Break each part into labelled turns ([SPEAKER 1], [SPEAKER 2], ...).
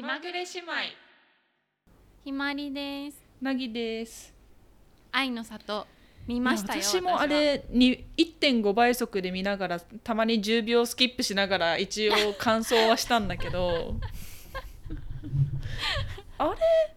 [SPEAKER 1] まぐれ姉妹
[SPEAKER 2] ひまりです
[SPEAKER 3] なぎです。
[SPEAKER 2] 愛の里見ましたよ
[SPEAKER 3] いや私も
[SPEAKER 2] は
[SPEAKER 3] あれに1.5倍速で見ながらたまに10秒スキップしながら一応感想はしたんだけ どあれ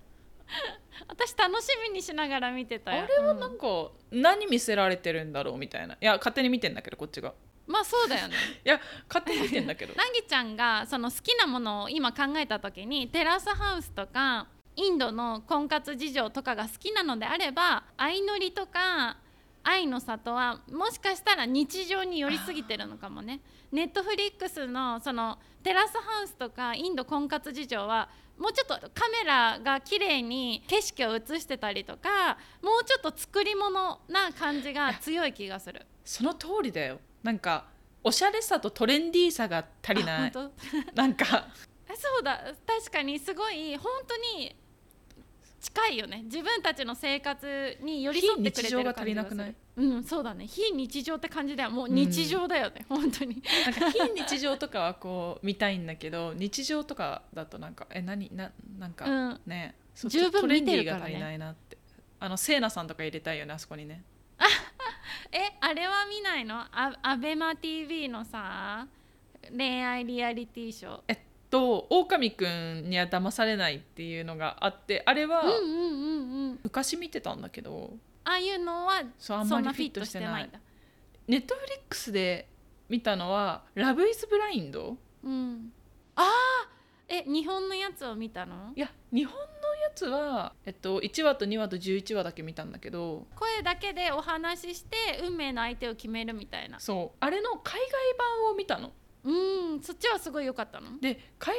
[SPEAKER 2] 私楽しみにしながら見てたよ
[SPEAKER 3] あれはなんか何見せられてるんだろうみたいないや勝手に見てんだけどこっちが
[SPEAKER 2] まあそうだよね
[SPEAKER 3] いや勝手に見てんだけ ど
[SPEAKER 2] なぎちゃんがその好きなものを今考えた時にテラスハウスとかインドの婚活事情とかが好きなのであれば相乗りとか愛の里はもしかしたら日常に寄りすぎてるのかもねネットフリックスのそのテラスハウスとかインド婚活事情はもうちょっとカメラが綺麗に景色を映してたりとかもうちょっと作り物な感じが強い気がする。
[SPEAKER 3] その通りだよなんかおしゃれさとトレンディーさが足りな
[SPEAKER 2] あ
[SPEAKER 3] い
[SPEAKER 2] 本当
[SPEAKER 3] なんか
[SPEAKER 2] あそうだ確かにすごい本当に近いよね自分たちの生活に寄り添ってくれて
[SPEAKER 3] 非日常
[SPEAKER 2] る感じがする
[SPEAKER 3] が足りなくない
[SPEAKER 2] うんそうだね非日常って感じだよもう日常だよね、本当に
[SPEAKER 3] なんか非日常とかはこう見たいんだけど日常とかだとなんかえ何ななんか、
[SPEAKER 2] うん
[SPEAKER 3] ねそう
[SPEAKER 2] 十分
[SPEAKER 3] トレンディ
[SPEAKER 2] 見てる
[SPEAKER 3] ーが
[SPEAKER 2] から
[SPEAKER 3] 足
[SPEAKER 2] ね
[SPEAKER 3] りないなってあのセイナさんとか入れたいよねあそこにね
[SPEAKER 2] えあれは見ないのあアベマ t v のさ恋愛リアリティショー
[SPEAKER 3] えっと狼くんには騙されないっていうのがあってあれは
[SPEAKER 2] うんうんうんうん
[SPEAKER 3] 昔見てたんだけど
[SPEAKER 2] ああいうのは
[SPEAKER 3] そうあん
[SPEAKER 2] そ
[SPEAKER 3] ま
[SPEAKER 2] ん
[SPEAKER 3] り
[SPEAKER 2] な
[SPEAKER 3] フ
[SPEAKER 2] フ
[SPEAKER 3] ィ
[SPEAKER 2] ィッ
[SPEAKER 3] ット
[SPEAKER 2] ト
[SPEAKER 3] し
[SPEAKER 2] してて
[SPEAKER 3] な
[SPEAKER 2] ない
[SPEAKER 3] い
[SPEAKER 2] んだ
[SPEAKER 3] ネットフリックスで見たのは「ラブ・イズ・ブラインド
[SPEAKER 2] うんああえ日本のやつを見たの」
[SPEAKER 3] いや日本のやつは、えっと、1話と2話と11話だけ見たんだけど
[SPEAKER 2] 声だけでお話しして運命の相手を決めるみたいな
[SPEAKER 3] そうあれの海外版を見たの
[SPEAKER 2] うんそっちはすごい良かったの
[SPEAKER 3] で海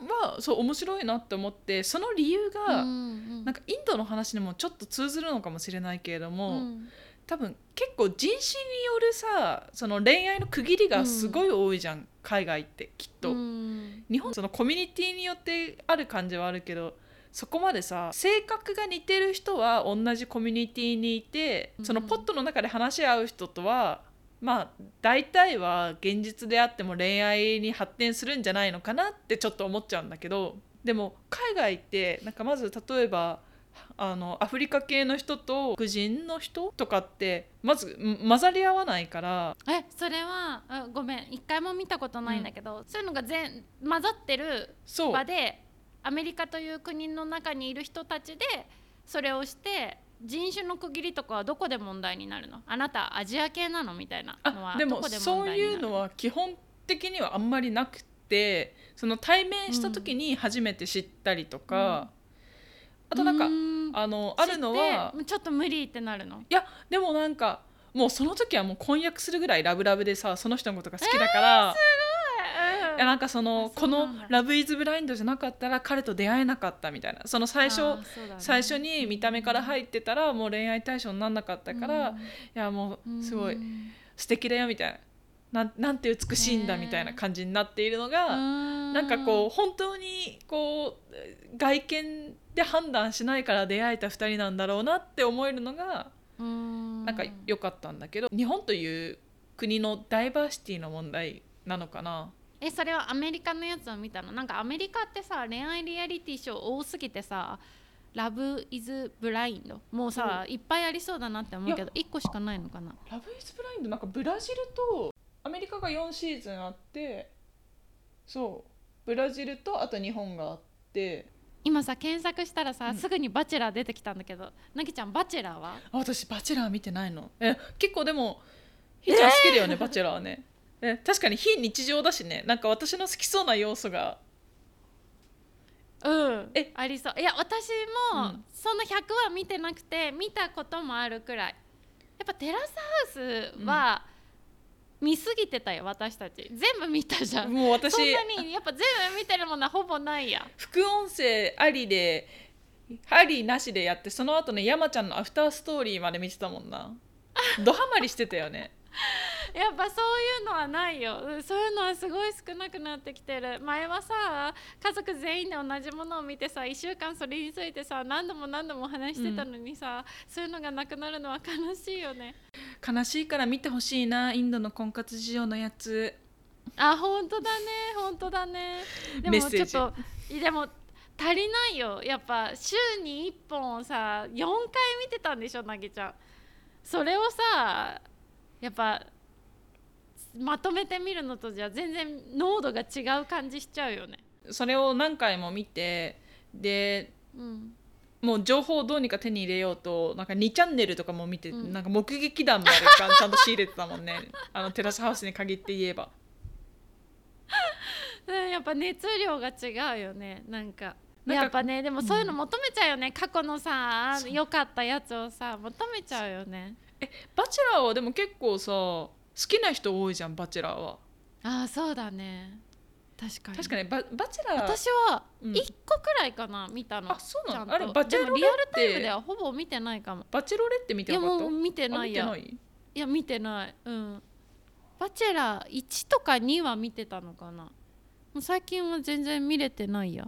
[SPEAKER 3] 外版はそう面白いなって思ってその理由が、
[SPEAKER 2] うん
[SPEAKER 3] なんかインドの話にもちょっと通ずるのかもしれないけれど
[SPEAKER 2] う
[SPEAKER 3] も、
[SPEAKER 2] ん
[SPEAKER 3] 多分結構人種によるさその恋愛の区切りがすごい多いじゃん、海外ってきっと。
[SPEAKER 2] うん
[SPEAKER 3] 日本そのコミュニティによってある感じはあるけどそこまでさ性格が似てる人は同じコミュニティにいて
[SPEAKER 2] うん
[SPEAKER 3] そのポットの中で話し合う人とはまあ大体は現実であっても恋愛に発展するんじゃないのかなってちょっと思っちゃうんだけどでも海外ってなんかまず例えば。あのアフリカ系の人と黒人の人とかってまずん混ざり合わないから
[SPEAKER 2] えそれはあごめん一回も見たことないんだけど、そういうのが全混ざってる
[SPEAKER 3] そう
[SPEAKER 2] 場でアメリカという国の中にいる人たちでそれをして人種の区切りとかはどこで問題になるのあなたアジア系なのみたいなの
[SPEAKER 3] あ
[SPEAKER 2] は
[SPEAKER 3] で
[SPEAKER 2] ど
[SPEAKER 3] も
[SPEAKER 2] こで
[SPEAKER 3] そ
[SPEAKER 2] 問
[SPEAKER 3] う
[SPEAKER 2] 題になる
[SPEAKER 3] いうのは基本的にはあんまりなくてその対面した時に初めて知ったりとか、あとなんか、
[SPEAKER 2] うん
[SPEAKER 3] あのあるのは
[SPEAKER 2] 知ってちょっと無理ってなるの
[SPEAKER 3] いやでもなんかもうその時はもう婚約するぐらいラブラブでさその人のことが好きだから、いやなんかその
[SPEAKER 2] あ
[SPEAKER 3] こ
[SPEAKER 2] そうな
[SPEAKER 3] の
[SPEAKER 2] んだ
[SPEAKER 3] 「ラブ・イズ・ブラインド」じゃなかったら彼と出会えなかったみたいなその最初、
[SPEAKER 2] あーそうだね
[SPEAKER 3] 最初に見た目から入ってたらもう恋愛対象にならなかったから、
[SPEAKER 2] うん
[SPEAKER 3] いやもうすごい
[SPEAKER 2] うん
[SPEAKER 3] 素敵だよみたいななんなんて美しいんだ
[SPEAKER 2] ねえ
[SPEAKER 3] みたいな感じになっているのが、
[SPEAKER 2] な
[SPEAKER 3] なんかこう本当にこうえー外見で判断しないから出会えた2人なんだろうなって思えるのが
[SPEAKER 2] ううん
[SPEAKER 3] なんか良かったんだけど、日本という国のダイバーシティの問題なのかな。
[SPEAKER 2] えそれはアメリカのやつを見たのなんかアメリカってさ恋愛リアリティショー多すぎてさラブイズブラインドもうさ、いっぱいありそうだなって思うけど一個しかないのかな
[SPEAKER 3] ラブイズブラインドなんかブラジルとアメリカが4シーズンあってそうブラジルとあと日本があって
[SPEAKER 2] 今さ検索したらさ、
[SPEAKER 3] うん
[SPEAKER 2] すぐにバチェラー出てきたんだけどなぎちゃんバチェラーは
[SPEAKER 3] あ私バチェラー見てないのえ結構でもひーちゃん好きだよね、バチェラーはねえ確かに非日常だしねなんか私の好きそうな要素が
[SPEAKER 2] うん
[SPEAKER 3] え
[SPEAKER 2] ありそういや私
[SPEAKER 3] う
[SPEAKER 2] も
[SPEAKER 3] ん
[SPEAKER 2] その100は見てなくて見たこともあるくらいやっぱテラスハウスは見すぎてたよ私たち全部見たじゃん
[SPEAKER 3] もう
[SPEAKER 2] そん
[SPEAKER 3] 私
[SPEAKER 2] なにやっぱ全部見てるものはほぼないや
[SPEAKER 3] 副音声ありでありなしでやってその後ね山ちゃんのアフターストーリーまで見てたもんなドハマりしてたよね
[SPEAKER 2] やっぱそういうのはないようんそういうのはすごい少なくなってきてる前はさ家族全員で同じものを見てさ1週間それについてさ何度も何度も話してたのにさ、そういうのがなくなるのは悲しいよね
[SPEAKER 3] 悲しいから見てほしいなインドの婚活事情のやつ
[SPEAKER 2] あ本当だね本当だねでも
[SPEAKER 3] メッセ
[SPEAKER 2] ち
[SPEAKER 3] ー
[SPEAKER 2] ょ
[SPEAKER 3] ジ
[SPEAKER 2] っとでも足りないよやっぱ週に1本をさ4回見てたんでしょなぎちゃんそれをさやっぱまとめて見るのとじゃ全然濃度が違う感じしちゃうよね
[SPEAKER 3] それを何回も見てで
[SPEAKER 2] うん
[SPEAKER 3] もう情報をどうにか手に入れようとなんか2チャンネルとかも見て、
[SPEAKER 2] うん
[SPEAKER 3] なんか目撃談までちゃんちゃんと仕入れてたもんね あのテラスハウスに限って言えば
[SPEAKER 2] うんやっぱ熱量が違うよねなんか
[SPEAKER 3] なんか
[SPEAKER 2] やっぱねでもそういうの求めちゃうよね、過去のさ良かったやつをさ求めちゃうよね
[SPEAKER 3] バチェラーはでも結構さ好きな人多いじゃんバチェラーは
[SPEAKER 2] ああそうだね確かに
[SPEAKER 3] 確かにババチェラー
[SPEAKER 2] 私は
[SPEAKER 3] うん
[SPEAKER 2] 1個くらいかな、見たの
[SPEAKER 3] あそうなの
[SPEAKER 2] ちゃ
[SPEAKER 3] あ
[SPEAKER 2] んと
[SPEAKER 3] れバチェ
[SPEAKER 2] で
[SPEAKER 3] ロ
[SPEAKER 2] も
[SPEAKER 3] レ
[SPEAKER 2] リアルタイム
[SPEAKER 3] っ
[SPEAKER 2] で
[SPEAKER 3] て
[SPEAKER 2] はほぼ見てないかも
[SPEAKER 3] バチェロレって見
[SPEAKER 2] い
[SPEAKER 3] て
[SPEAKER 2] や
[SPEAKER 3] なかった
[SPEAKER 2] もう見て
[SPEAKER 3] あ
[SPEAKER 2] な
[SPEAKER 3] 見
[SPEAKER 2] い
[SPEAKER 3] て
[SPEAKER 2] や
[SPEAKER 3] ない
[SPEAKER 2] いや見てないうんバチェラー1とか2は見てたのかなもう最近は全然見れてないや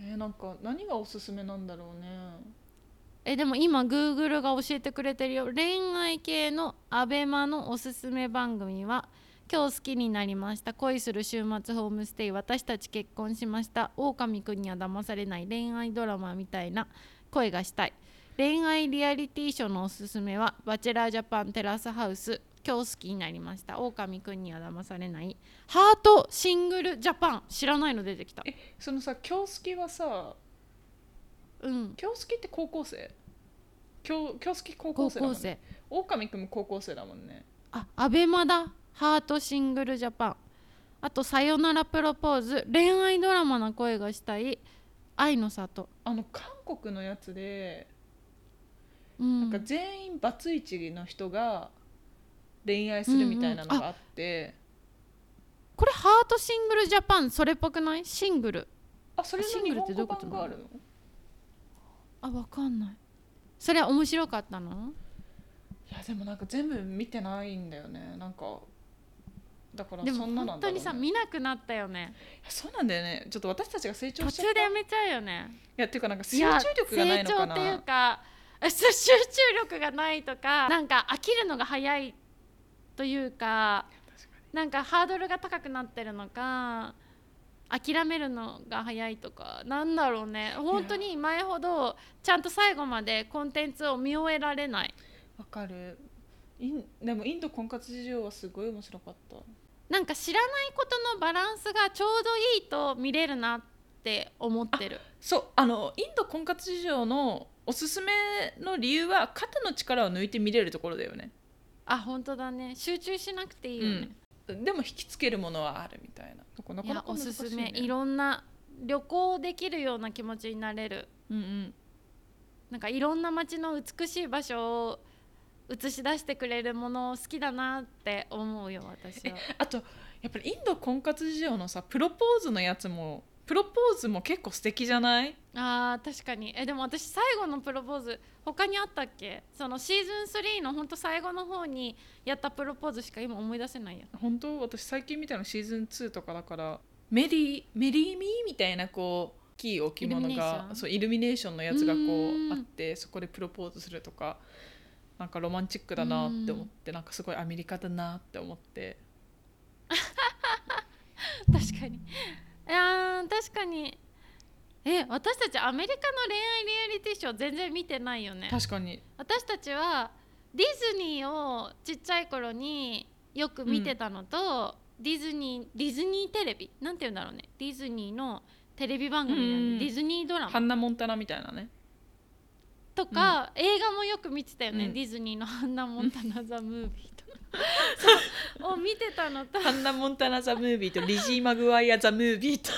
[SPEAKER 3] えー、なんか何がおすすめなんだろうね
[SPEAKER 2] えでも今 Google が教えてくれてるよ恋愛系のアベマのおすすめ番組は「今日好きになりました恋する週末ホームステイ私たち結婚しました狼くんには騙されない恋愛ドラマみたいな恋がしたい」恋愛リアリティショーのおすすめは「バチェラージャパンテラスハウス今日好きになりました狼くんには騙されないハートシングルジャパン知らないの出てきた
[SPEAKER 3] えそのさ京介はさ
[SPEAKER 2] うん
[SPEAKER 3] 京介って高校生京京介高校
[SPEAKER 2] 高
[SPEAKER 3] 生だも
[SPEAKER 2] 校
[SPEAKER 3] んね
[SPEAKER 2] 生
[SPEAKER 3] 狼くんも高校生だもんね
[SPEAKER 2] あ、アベマだ。ハートシングルジャパン。あと、さよならプロポーズ。恋愛ドラマな声がしたい。愛の里。
[SPEAKER 3] あの韓国のやつで
[SPEAKER 2] うん。
[SPEAKER 3] なんか全員バツイチの人が恋愛するみたいなのがあって、
[SPEAKER 2] これ、ハートシングルジャパン、それっぽくないシングル。
[SPEAKER 3] あそれの
[SPEAKER 2] シング
[SPEAKER 3] 日
[SPEAKER 2] ルって
[SPEAKER 3] 本
[SPEAKER 2] どう
[SPEAKER 3] 語
[SPEAKER 2] いうこと
[SPEAKER 3] 版があるの
[SPEAKER 2] あ、わかんない。それは面白かったの
[SPEAKER 3] いやでもなんか全部見てないんだよねなんかだから
[SPEAKER 2] で
[SPEAKER 3] そ
[SPEAKER 2] も
[SPEAKER 3] んなな
[SPEAKER 2] 本
[SPEAKER 3] んだ
[SPEAKER 2] 当
[SPEAKER 3] ろう、ね、
[SPEAKER 2] にさ、見なくなったよね
[SPEAKER 3] いやそうなんだよねちょっと私たちが成長
[SPEAKER 2] 途
[SPEAKER 3] しちゃった
[SPEAKER 2] 中で
[SPEAKER 3] い
[SPEAKER 2] やめちゃうよね
[SPEAKER 3] やっていうかなんか
[SPEAKER 2] い
[SPEAKER 3] 集
[SPEAKER 2] や
[SPEAKER 3] 中力がないのか
[SPEAKER 2] 成長ってい
[SPEAKER 3] な
[SPEAKER 2] うか あそう集中力がないとかなんか飽きるのが早いというか
[SPEAKER 3] 確か
[SPEAKER 2] なんかハードルが高くなってるのか諦めるのが早いとかなんだろうね本当に前ほどちゃんと最後までコンテンツを見終えられない
[SPEAKER 3] にわかるインでもインド婚活事情はすごい面白かった
[SPEAKER 2] なんか知らないことのバランスがちょうどいいと見れるなって思ってる
[SPEAKER 3] そうあのインド婚活事情のおすすめの理由は肩の力を抜いて見れるところだよね
[SPEAKER 2] あ本当だね集中しなくていいよね、
[SPEAKER 3] うん、でも引きつけるものはあるみたいなとこないかな
[SPEAKER 2] や
[SPEAKER 3] か
[SPEAKER 2] お
[SPEAKER 3] 難しい、ね、
[SPEAKER 2] すすめいろんな旅行できるような気持ちになれる
[SPEAKER 3] うんうん
[SPEAKER 2] なんかいろんな街の美しい場所を映し出してくれるもの好きだなって思うよ私は。
[SPEAKER 3] あとやっぱりインド婚活事情のさプロポーズのやつもプロポーズも結構素敵じゃない
[SPEAKER 2] あー確かにえでも私最後のプロポーズ他にあったっけそのシーズン3のほんと最後の方にやったプロポーズしか今思い出せな いや
[SPEAKER 3] 本当私最近見たのシーズン2とかだからメリーメリーミーみたいなこう大きいお着
[SPEAKER 2] イル
[SPEAKER 3] 物
[SPEAKER 2] ミネー
[SPEAKER 3] が
[SPEAKER 2] ション
[SPEAKER 3] そうイルミネーションのやつがこ
[SPEAKER 2] う
[SPEAKER 3] う
[SPEAKER 2] ーん
[SPEAKER 3] あってそこでプロポーズするとかなんかロマンチックだなって思ってなんかすごいアメリカだなって思って
[SPEAKER 2] 確 かにいやー確かにえ私たちアメリカの恋愛リアリティショー全然見てないよね
[SPEAKER 3] 確かに
[SPEAKER 2] 私たちはディズニーをちっちゃい頃によく見てたのと、ディズニーディズニーテレビなんて言うんだろうねディズニーのテレビ番組なん
[SPEAKER 3] うん
[SPEAKER 2] でディズニードラマ
[SPEAKER 3] ハンナ・モンタナみたいなね
[SPEAKER 2] とか、映画もよく見てたよね、
[SPEAKER 3] うん
[SPEAKER 2] ディズニーの「ハンナ・モンタナ・ザ・ムービー」とか そうを見てたのと
[SPEAKER 3] ハンナ・ モンタナ・ザ・ムービーとリジー・マグワイア・ザ・ムービーと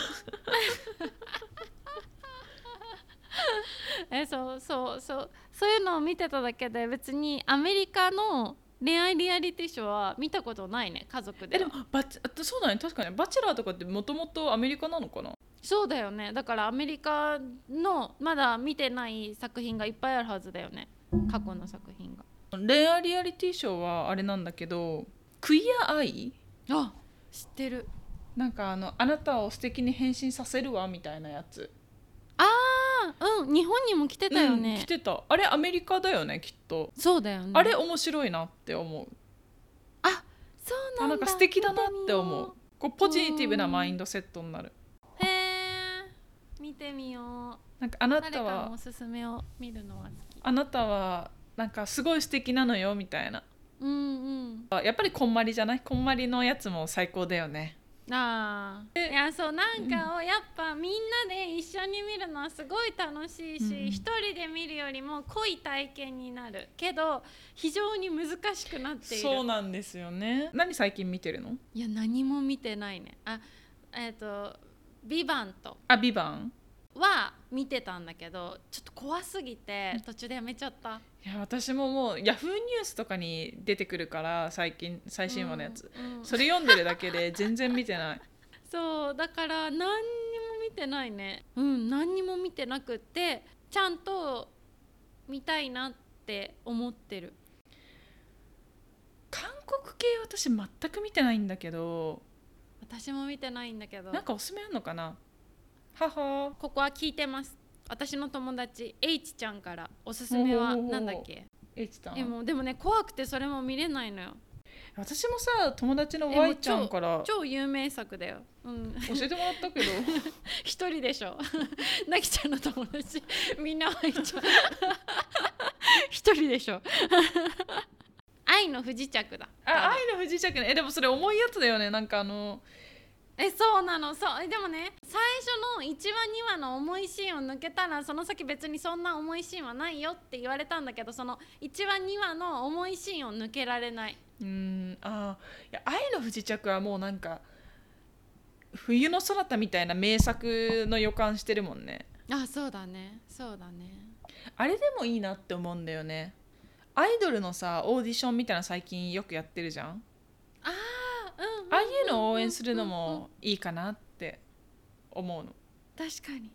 [SPEAKER 2] えそうそうそうそういうのを見てただけで別にアメリカの恋愛リアリティショーは見たことないね家族
[SPEAKER 3] え
[SPEAKER 2] で
[SPEAKER 3] で
[SPEAKER 2] は
[SPEAKER 3] もバチあそうだね確かにバチェラーとかってもともとアメリカなのかな
[SPEAKER 2] そうだよねだからアメリカのまだ見てない作品がいっぱいあるはずだよね過去の作品が
[SPEAKER 3] 恋愛リアリティショーはあれなんだけどクイア・アイ
[SPEAKER 2] あ知ってる
[SPEAKER 3] なんかあのあなたを素敵に変身させるわみたいなやつ
[SPEAKER 2] ああうん日本にも来てたよ
[SPEAKER 3] うん
[SPEAKER 2] ね
[SPEAKER 3] 来、てたあれアメリカだよねきっと、
[SPEAKER 2] そうだよね
[SPEAKER 3] あれ面白いなって思う
[SPEAKER 2] あそう
[SPEAKER 3] あ
[SPEAKER 2] な
[SPEAKER 3] な
[SPEAKER 2] んだ
[SPEAKER 3] んか素敵だなって思
[SPEAKER 2] 見
[SPEAKER 3] う
[SPEAKER 2] みよ
[SPEAKER 3] こうポジティブなマインドセットになる
[SPEAKER 2] うへえ見てみよう
[SPEAKER 3] なんかあな
[SPEAKER 2] 誰
[SPEAKER 3] た
[SPEAKER 2] かの
[SPEAKER 3] は
[SPEAKER 2] おすすめを見るのは好き
[SPEAKER 3] あなたはなんかすごい素敵なのよみたいな
[SPEAKER 2] うん
[SPEAKER 3] あやっぱりこんまりじゃないこんまりのやつも最高だよね
[SPEAKER 2] うんああいやそうなんかをやっぱみんなで一緒に見るのはすごい楽しいし、
[SPEAKER 3] うん
[SPEAKER 2] 一人で見るよりも濃い体験になるけど非常に難しくなっている
[SPEAKER 3] そうなんですよね何最近見てるの
[SPEAKER 2] いや何も見てないねあえっ、と「ビバンと
[SPEAKER 3] あビバン
[SPEAKER 2] は見てたんだけどちょっと怖すぎて途中でやめちゃった
[SPEAKER 3] いや私ももうヤフーニュースとかに出てくるから最近最新話のやつ、、
[SPEAKER 2] うんうん
[SPEAKER 3] それ読んでるだけ で全然見てない
[SPEAKER 2] そうだから何にも見てないねうん何にも見てなくってちゃんと見たいなって思ってる
[SPEAKER 3] 韓国系私全く見てないんだけど
[SPEAKER 2] 私も見てないんだけど
[SPEAKER 3] なんかおすすめあんのかな母
[SPEAKER 2] ここは聞いてます私の友達 H ちゃんからおすすめはなんだっけ
[SPEAKER 3] H ちゃ
[SPEAKER 2] え
[SPEAKER 3] ん
[SPEAKER 2] もうでもね怖くてそれも見れないのよ
[SPEAKER 3] 私もさ友達の
[SPEAKER 2] えもう
[SPEAKER 3] Y ちゃんから教
[SPEAKER 2] 超有名作だよ、うん、
[SPEAKER 3] えてもらったけど
[SPEAKER 2] 一人でしょ なきちゃんの友達 みんな愛 ちゃん一人でしょ 愛の不時着だ
[SPEAKER 3] あ愛の不時着ねえでもそれ重いやつだよねなんかあの
[SPEAKER 2] えそうなのそうえでもね最初の1話2話の重いシーンを抜けたらその先別にそんな重いシーンはないよって言われたんだけどその1話2話の重いシーンを抜けられないう
[SPEAKER 3] ーんあーいや愛の不時着はもうなんか冬のそなたみたいな名作の予感してるもんね
[SPEAKER 2] あそうだねそうだね
[SPEAKER 3] あれでもいいなって思うんだよねアイドルのさオーディションみたいなの最近よくやってるじゃん
[SPEAKER 2] ああうん
[SPEAKER 3] ああいうのを応援するの
[SPEAKER 2] うんうんうん
[SPEAKER 3] もいいかなって思うの
[SPEAKER 2] 確かに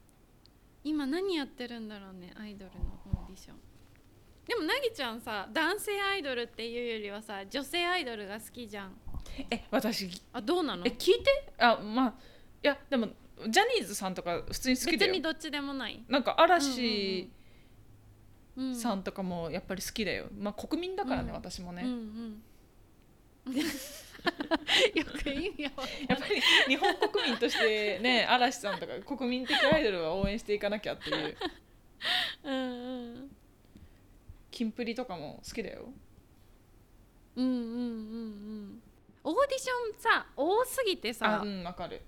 [SPEAKER 2] 今何やってるんだろうねアイドルのオーディションでもなぎちゃんさ男性アイドルっていうよりはさ女性アイドルが好きじゃん
[SPEAKER 3] え私
[SPEAKER 2] あどうなの
[SPEAKER 3] え聞いてあまあいやでもジャニーズさんとか普通に好きだ
[SPEAKER 2] 別
[SPEAKER 3] よ
[SPEAKER 2] にどっちでもない
[SPEAKER 3] なんか嵐
[SPEAKER 2] うん
[SPEAKER 3] さんとかもやっぱり好きだよ、まあ国民だからね、
[SPEAKER 2] うん
[SPEAKER 3] 私もね、
[SPEAKER 2] うんうんよく意味を
[SPEAKER 3] やっぱり日本国民として ね嵐さんとか国民的アイドルは応援していかなきゃっていう
[SPEAKER 2] うんうん
[SPEAKER 3] キンプリとかも好きだよ
[SPEAKER 2] うんうんうんオーディションさ多すぎて
[SPEAKER 3] あ
[SPEAKER 2] さ
[SPEAKER 3] うんわかる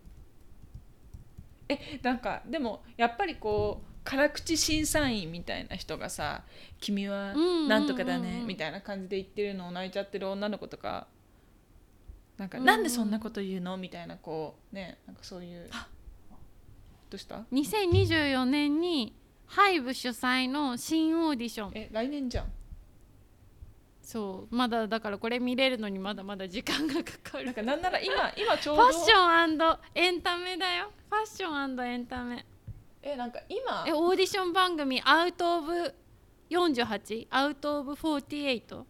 [SPEAKER 3] えなんかでもやっぱりこう辛口審査員みたいな人がさ「君はなんとかだ
[SPEAKER 2] うんうんうん
[SPEAKER 3] ね
[SPEAKER 2] う」ん
[SPEAKER 3] みたいな感じで言ってるのを泣いちゃってる女の子とかなんか「
[SPEAKER 2] うんうん
[SPEAKER 3] なんでそんなこと言うの?」みたいなこうねなんかそういうどうした
[SPEAKER 2] 2024年にハイブ主催の新オーディション
[SPEAKER 3] え来年じゃん
[SPEAKER 2] そうまだだからこれ見れるのにまだまだ時間がかか
[SPEAKER 3] なん
[SPEAKER 2] る
[SPEAKER 3] かなんなら今今ちょ
[SPEAKER 2] フ
[SPEAKER 3] うど
[SPEAKER 2] ァッションエンタメだよファッションエンタメ
[SPEAKER 3] えなんか今
[SPEAKER 2] えオーディション番組「アウト・オブ48」「アウト・オブ48」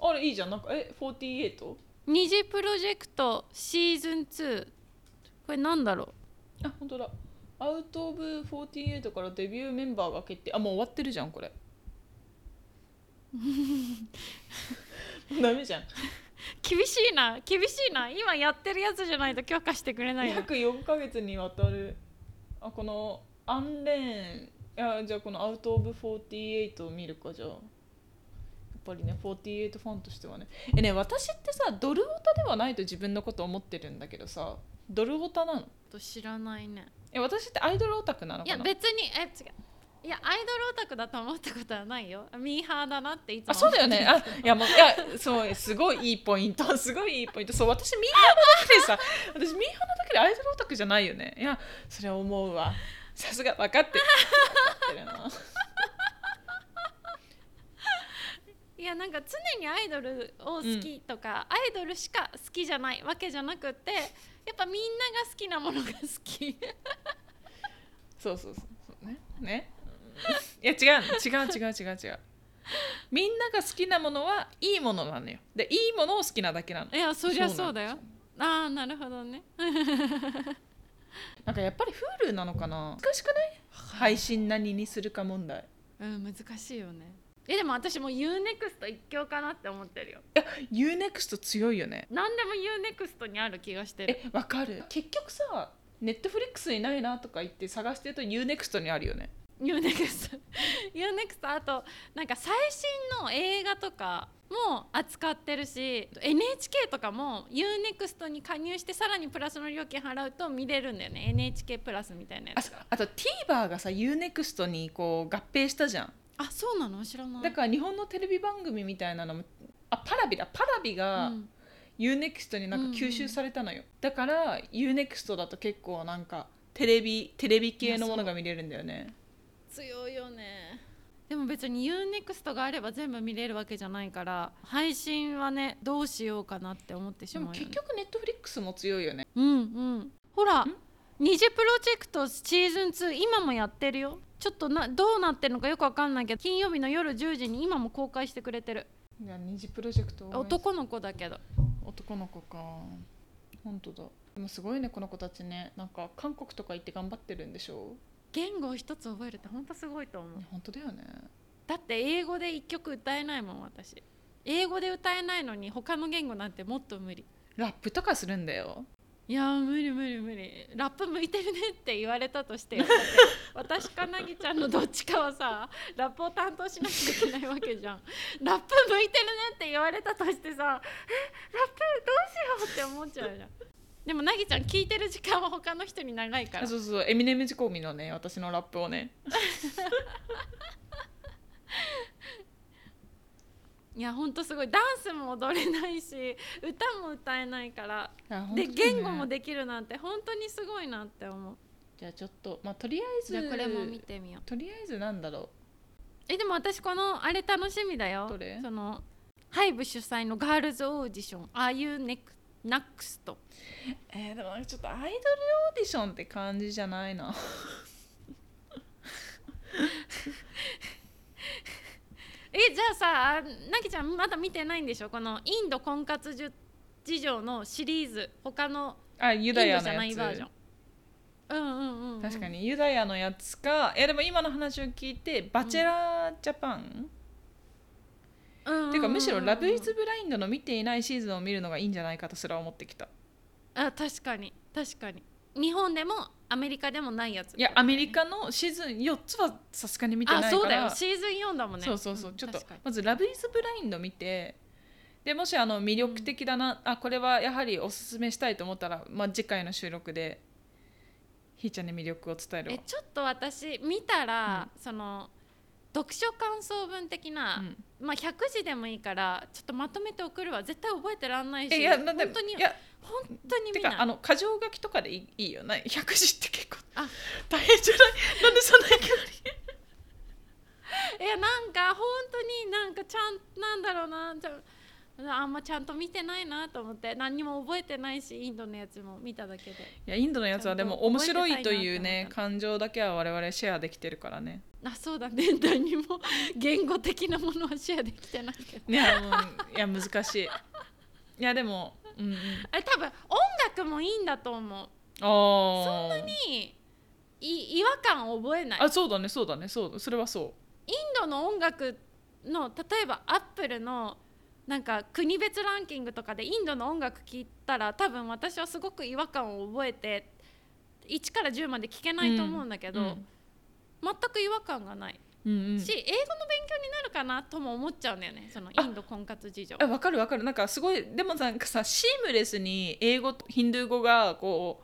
[SPEAKER 3] あれいいじゃんなんかえ 48?
[SPEAKER 2] 二次プロジェクトシーズン2これなんだろ
[SPEAKER 3] あ本当だアウト・オブ・48からデビューメンバーが決定あもう終わってるじゃん これもうダメじゃん
[SPEAKER 2] う厳しいな厳しいな今やってるやつじゃないと許可してくれないよ
[SPEAKER 3] 約4ヶ月にわたるあこのアンレーンいやじゃあこのアウト・オブ・48を見るかじゃあやっぱりね48ファンとしてはねえね私ってさドルオタではないと自分のこと思ってるんだけどさドルオタなの
[SPEAKER 2] 知らないね
[SPEAKER 3] え私ってアイドルオタクなの
[SPEAKER 2] い
[SPEAKER 3] か
[SPEAKER 2] や
[SPEAKER 3] な
[SPEAKER 2] 別にえ違ういやアイドルオタクだと思ったことはないよミーハーだなっていつも
[SPEAKER 3] あそうだよね。あいやもういやそうすごいいいポイント すごいいいポイントそう私ミーハーのだけでさ私ミーハーのだけでアイドルオタクじゃないよねいやそれは思うわさすが分かってる分かってる
[SPEAKER 2] いやなんか常にアイドルを好きとか、アイドルしか好きじゃないわけじゃなくてやっぱみんなが好きなものが好き
[SPEAKER 3] なそうそうそうそうねねいや違うの違う違う違う違うみんなが好きなものはいいものなのよでいいものを好きなだけなの
[SPEAKER 2] いやそりゃそうだ
[SPEAKER 3] そ
[SPEAKER 2] よ
[SPEAKER 3] うなん
[SPEAKER 2] ああーなるほどね
[SPEAKER 3] なんかやっぱり Hulu なのかな難しくない配信何にするか問題
[SPEAKER 2] うん難しいよねえでも私もう UNEXT 一強かなって思ってるよ
[SPEAKER 3] UNEXT 強いよね
[SPEAKER 2] 何でも UNEXT にある気がしてる
[SPEAKER 3] えわかる結局さネットフリックスにないなとか言って探してると UNEXT にあるよね
[SPEAKER 2] UNEXT UNEXT あとなんか最新の映画とかも扱ってるし NHK とかも UNEXT に加入してさらにプラスの料金払うと見れるんだよね NHK プラスみたいなや
[SPEAKER 3] あ
[SPEAKER 2] つが
[SPEAKER 3] あと TVer がさ UNEXT にこう合併したじゃん
[SPEAKER 2] あそうなの知らない
[SPEAKER 3] だから日本のテレビ番組みたいなのもあパラビだパラビが
[SPEAKER 2] うん
[SPEAKER 3] UNEXT になんか吸収されたのよ、だから UNEXT だと結構なんかテレビテレビ系のものが見れるんだよね
[SPEAKER 2] 強いよねでも別に UNEXT があれば全部見れるわけじゃないから配信はねどうしようかなって思ってし
[SPEAKER 3] で
[SPEAKER 2] まう
[SPEAKER 3] も
[SPEAKER 2] よ、ね、
[SPEAKER 3] 結局ネットフリックスも強いよね
[SPEAKER 2] うんうんほら
[SPEAKER 3] ん
[SPEAKER 2] 二次プロジェクトシーズン2今もやってるよちょっとなどうなってるのかよくわかんないけど金曜日の夜10時に今も公開してくれてる
[SPEAKER 3] いや二次プロジェクト応援し
[SPEAKER 2] 男の子だけど
[SPEAKER 3] 男の子か本当だでもすごいねこの子たちねなんか韓国とか行って頑張ってるんでしょ
[SPEAKER 2] 言語を一つ覚えるってほんとすごいと思う
[SPEAKER 3] う本当だよね
[SPEAKER 2] だって英語で一曲歌えないもん私英語で歌えないのに他の言語なんてもっと無理
[SPEAKER 3] ラップとかするんだよ
[SPEAKER 2] いやー無理無理無理ラップ向いてるねって言われたとして よだって私かなぎちゃんのどっちかはさラップを担当しなきゃいけないわけじゃんラップ向いてるねって言われたとしてさえラップどうしようって思っちゃうじゃんでもなぎちゃん聞いてる時間は他の人に長いから
[SPEAKER 3] あそうそうエミネム仕込みのね私のラップをね
[SPEAKER 2] いやほんとすごいダンスも踊れないし歌も歌えないから
[SPEAKER 3] あ本当だ
[SPEAKER 2] で
[SPEAKER 3] よね
[SPEAKER 2] 言語もできるなんて本当にすごいなって思う
[SPEAKER 3] じゃあちょっとまあとりあえず
[SPEAKER 2] じゃあこれも見てみよう
[SPEAKER 3] とりあえずなんだろ
[SPEAKER 2] えでも私このあれ楽しみだよ
[SPEAKER 3] どれ
[SPEAKER 2] そのハイブ主催のガールズオーディション「あゆネクナクスト
[SPEAKER 3] うえー、でもなんかちょっとアイドルオーディションって感じじゃないな
[SPEAKER 2] えじゃあさあなぎちゃんまだ見てないんでしょこのインド婚活じゅ事情のシリーズ他の
[SPEAKER 3] あ
[SPEAKER 2] イ
[SPEAKER 3] ユ
[SPEAKER 2] ンド
[SPEAKER 3] ダ
[SPEAKER 2] じ
[SPEAKER 3] ヤ
[SPEAKER 2] ゃ
[SPEAKER 3] の
[SPEAKER 2] ないバ
[SPEAKER 3] や
[SPEAKER 2] ー
[SPEAKER 3] つ
[SPEAKER 2] ジョンうんうんうん、うん、
[SPEAKER 3] 確かにユダヤのやつかいやでも今の話を聞いてバチェラージャパン、
[SPEAKER 2] うんうんうんうん
[SPEAKER 3] ていうかむしろ「ラブ・イズ・ブラインド」の見ていないシーズンを見るのがいいんじゃないかとすら思ってきた
[SPEAKER 2] あ確かに確かに日本でもアメリカでもないやつ
[SPEAKER 3] いやアメリカのシーズン4つはさすがに見てない
[SPEAKER 2] あ
[SPEAKER 3] から
[SPEAKER 2] そうだよシーズン4だもんね
[SPEAKER 3] そうそうそうんちょっと
[SPEAKER 2] 確かに
[SPEAKER 3] まず「ラブ・イズ・ブラインド」見てでもしあの魅力的だな、あこれはやはりおすすめしたいと思ったら、まあ、次回の収録でひーちゃんに魅力を伝えるわ
[SPEAKER 2] えちょっと私見たら、その読書感想文的な、
[SPEAKER 3] うん
[SPEAKER 2] まあ100字でもいいからちょっとまとめて送るわ絶対覚えてらんないし
[SPEAKER 3] えいやだ
[SPEAKER 2] 本
[SPEAKER 3] って
[SPEAKER 2] 当に
[SPEAKER 3] いや
[SPEAKER 2] 本当に
[SPEAKER 3] て
[SPEAKER 2] 見ない
[SPEAKER 3] かあの箇条書きとかでいいいいよない100字って結構
[SPEAKER 2] あ
[SPEAKER 3] 大変じゃないなんでそんな距離
[SPEAKER 2] いやなんか本当になんかちゃんなんだろうなちゃあんまちゃんと見てないなと思って何にも覚えてないしインドのやつも見ただけで
[SPEAKER 3] いやインドのやつはでも面白いという
[SPEAKER 2] ちゃんと覚えてたい
[SPEAKER 3] ね
[SPEAKER 2] なって思った
[SPEAKER 3] 感情だけは我々シェアできてるからね。
[SPEAKER 2] あそうだね 何も 言語的なものはシェアできてないけど
[SPEAKER 3] い やうんいや難しい。いやでも、うんうん、
[SPEAKER 2] あれ多分音楽もいいんだと思う
[SPEAKER 3] あ
[SPEAKER 2] そんなにい違和感を覚えないイン
[SPEAKER 3] あそうだねそうだねそうそれはそ
[SPEAKER 2] ドの音楽の例えばアップルのなんか国別ランキングとかでインドの音楽聴いたら多分私はすごく違和感を覚えて1から10まで聴け
[SPEAKER 3] う。
[SPEAKER 2] ないと思うんだけど、
[SPEAKER 3] う
[SPEAKER 2] 全く違和感がない
[SPEAKER 3] うんうん
[SPEAKER 2] し、英語の勉強になるかなとも思っちゃうんだよねそのインド婚活事情。
[SPEAKER 3] あわかるわかるなんかすごいでもなんかさシームレスに英語とヒンドゥー語がこ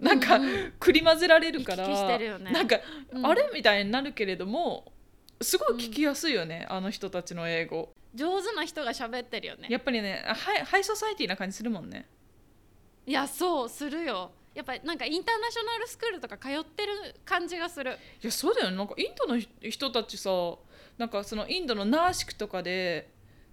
[SPEAKER 3] うなんか
[SPEAKER 2] うんう
[SPEAKER 3] 繰り混ぜられるから、
[SPEAKER 2] 行き来してるよね
[SPEAKER 3] なんか、
[SPEAKER 2] うん
[SPEAKER 3] あれみたいになるけれどもすごい聞きやすいよね、あの人たちの英語。
[SPEAKER 2] 上手な人が喋ってるよね。
[SPEAKER 3] やっぱりねあハイハイソサイティな感じするもんね。
[SPEAKER 2] いやそうするよ。やっぱりなんかインターナショナルスクールとか通ってる感じがする。
[SPEAKER 3] いやそうだよねなんかインドの人人たちさなんかそのインドのナーシクとかで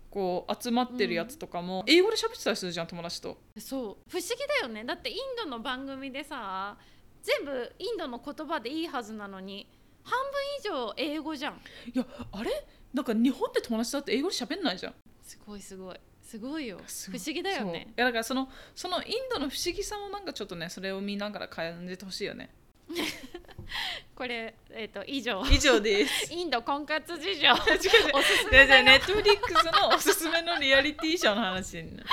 [SPEAKER 3] こう集まってるやつとかも、英語で喋ってたりするじゃん友達と
[SPEAKER 2] そう不思議だよねだってインドの番組でさ全部インドの言葉でいいはずなのに半分以上英語じゃん
[SPEAKER 3] いやあれなんか日本で友達だって英語で喋んないじゃん
[SPEAKER 2] すごいすごいすごいよ
[SPEAKER 3] すご
[SPEAKER 2] 不
[SPEAKER 3] い
[SPEAKER 2] 思議だよ
[SPEAKER 3] そうい
[SPEAKER 2] ね
[SPEAKER 3] やだからそのそのインドの不思議さもなんかちょっとねそれを見ながら感じてほしいよね
[SPEAKER 2] これえっ、と以上
[SPEAKER 3] 以上です
[SPEAKER 2] インド婚活 事情
[SPEAKER 3] 違う違う
[SPEAKER 2] おすす
[SPEAKER 3] で
[SPEAKER 2] め
[SPEAKER 3] じゃあネットフリックスのおすすめのリアリティショーの話になる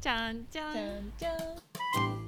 [SPEAKER 2] ちゃんちゃん
[SPEAKER 3] じゃんじゃん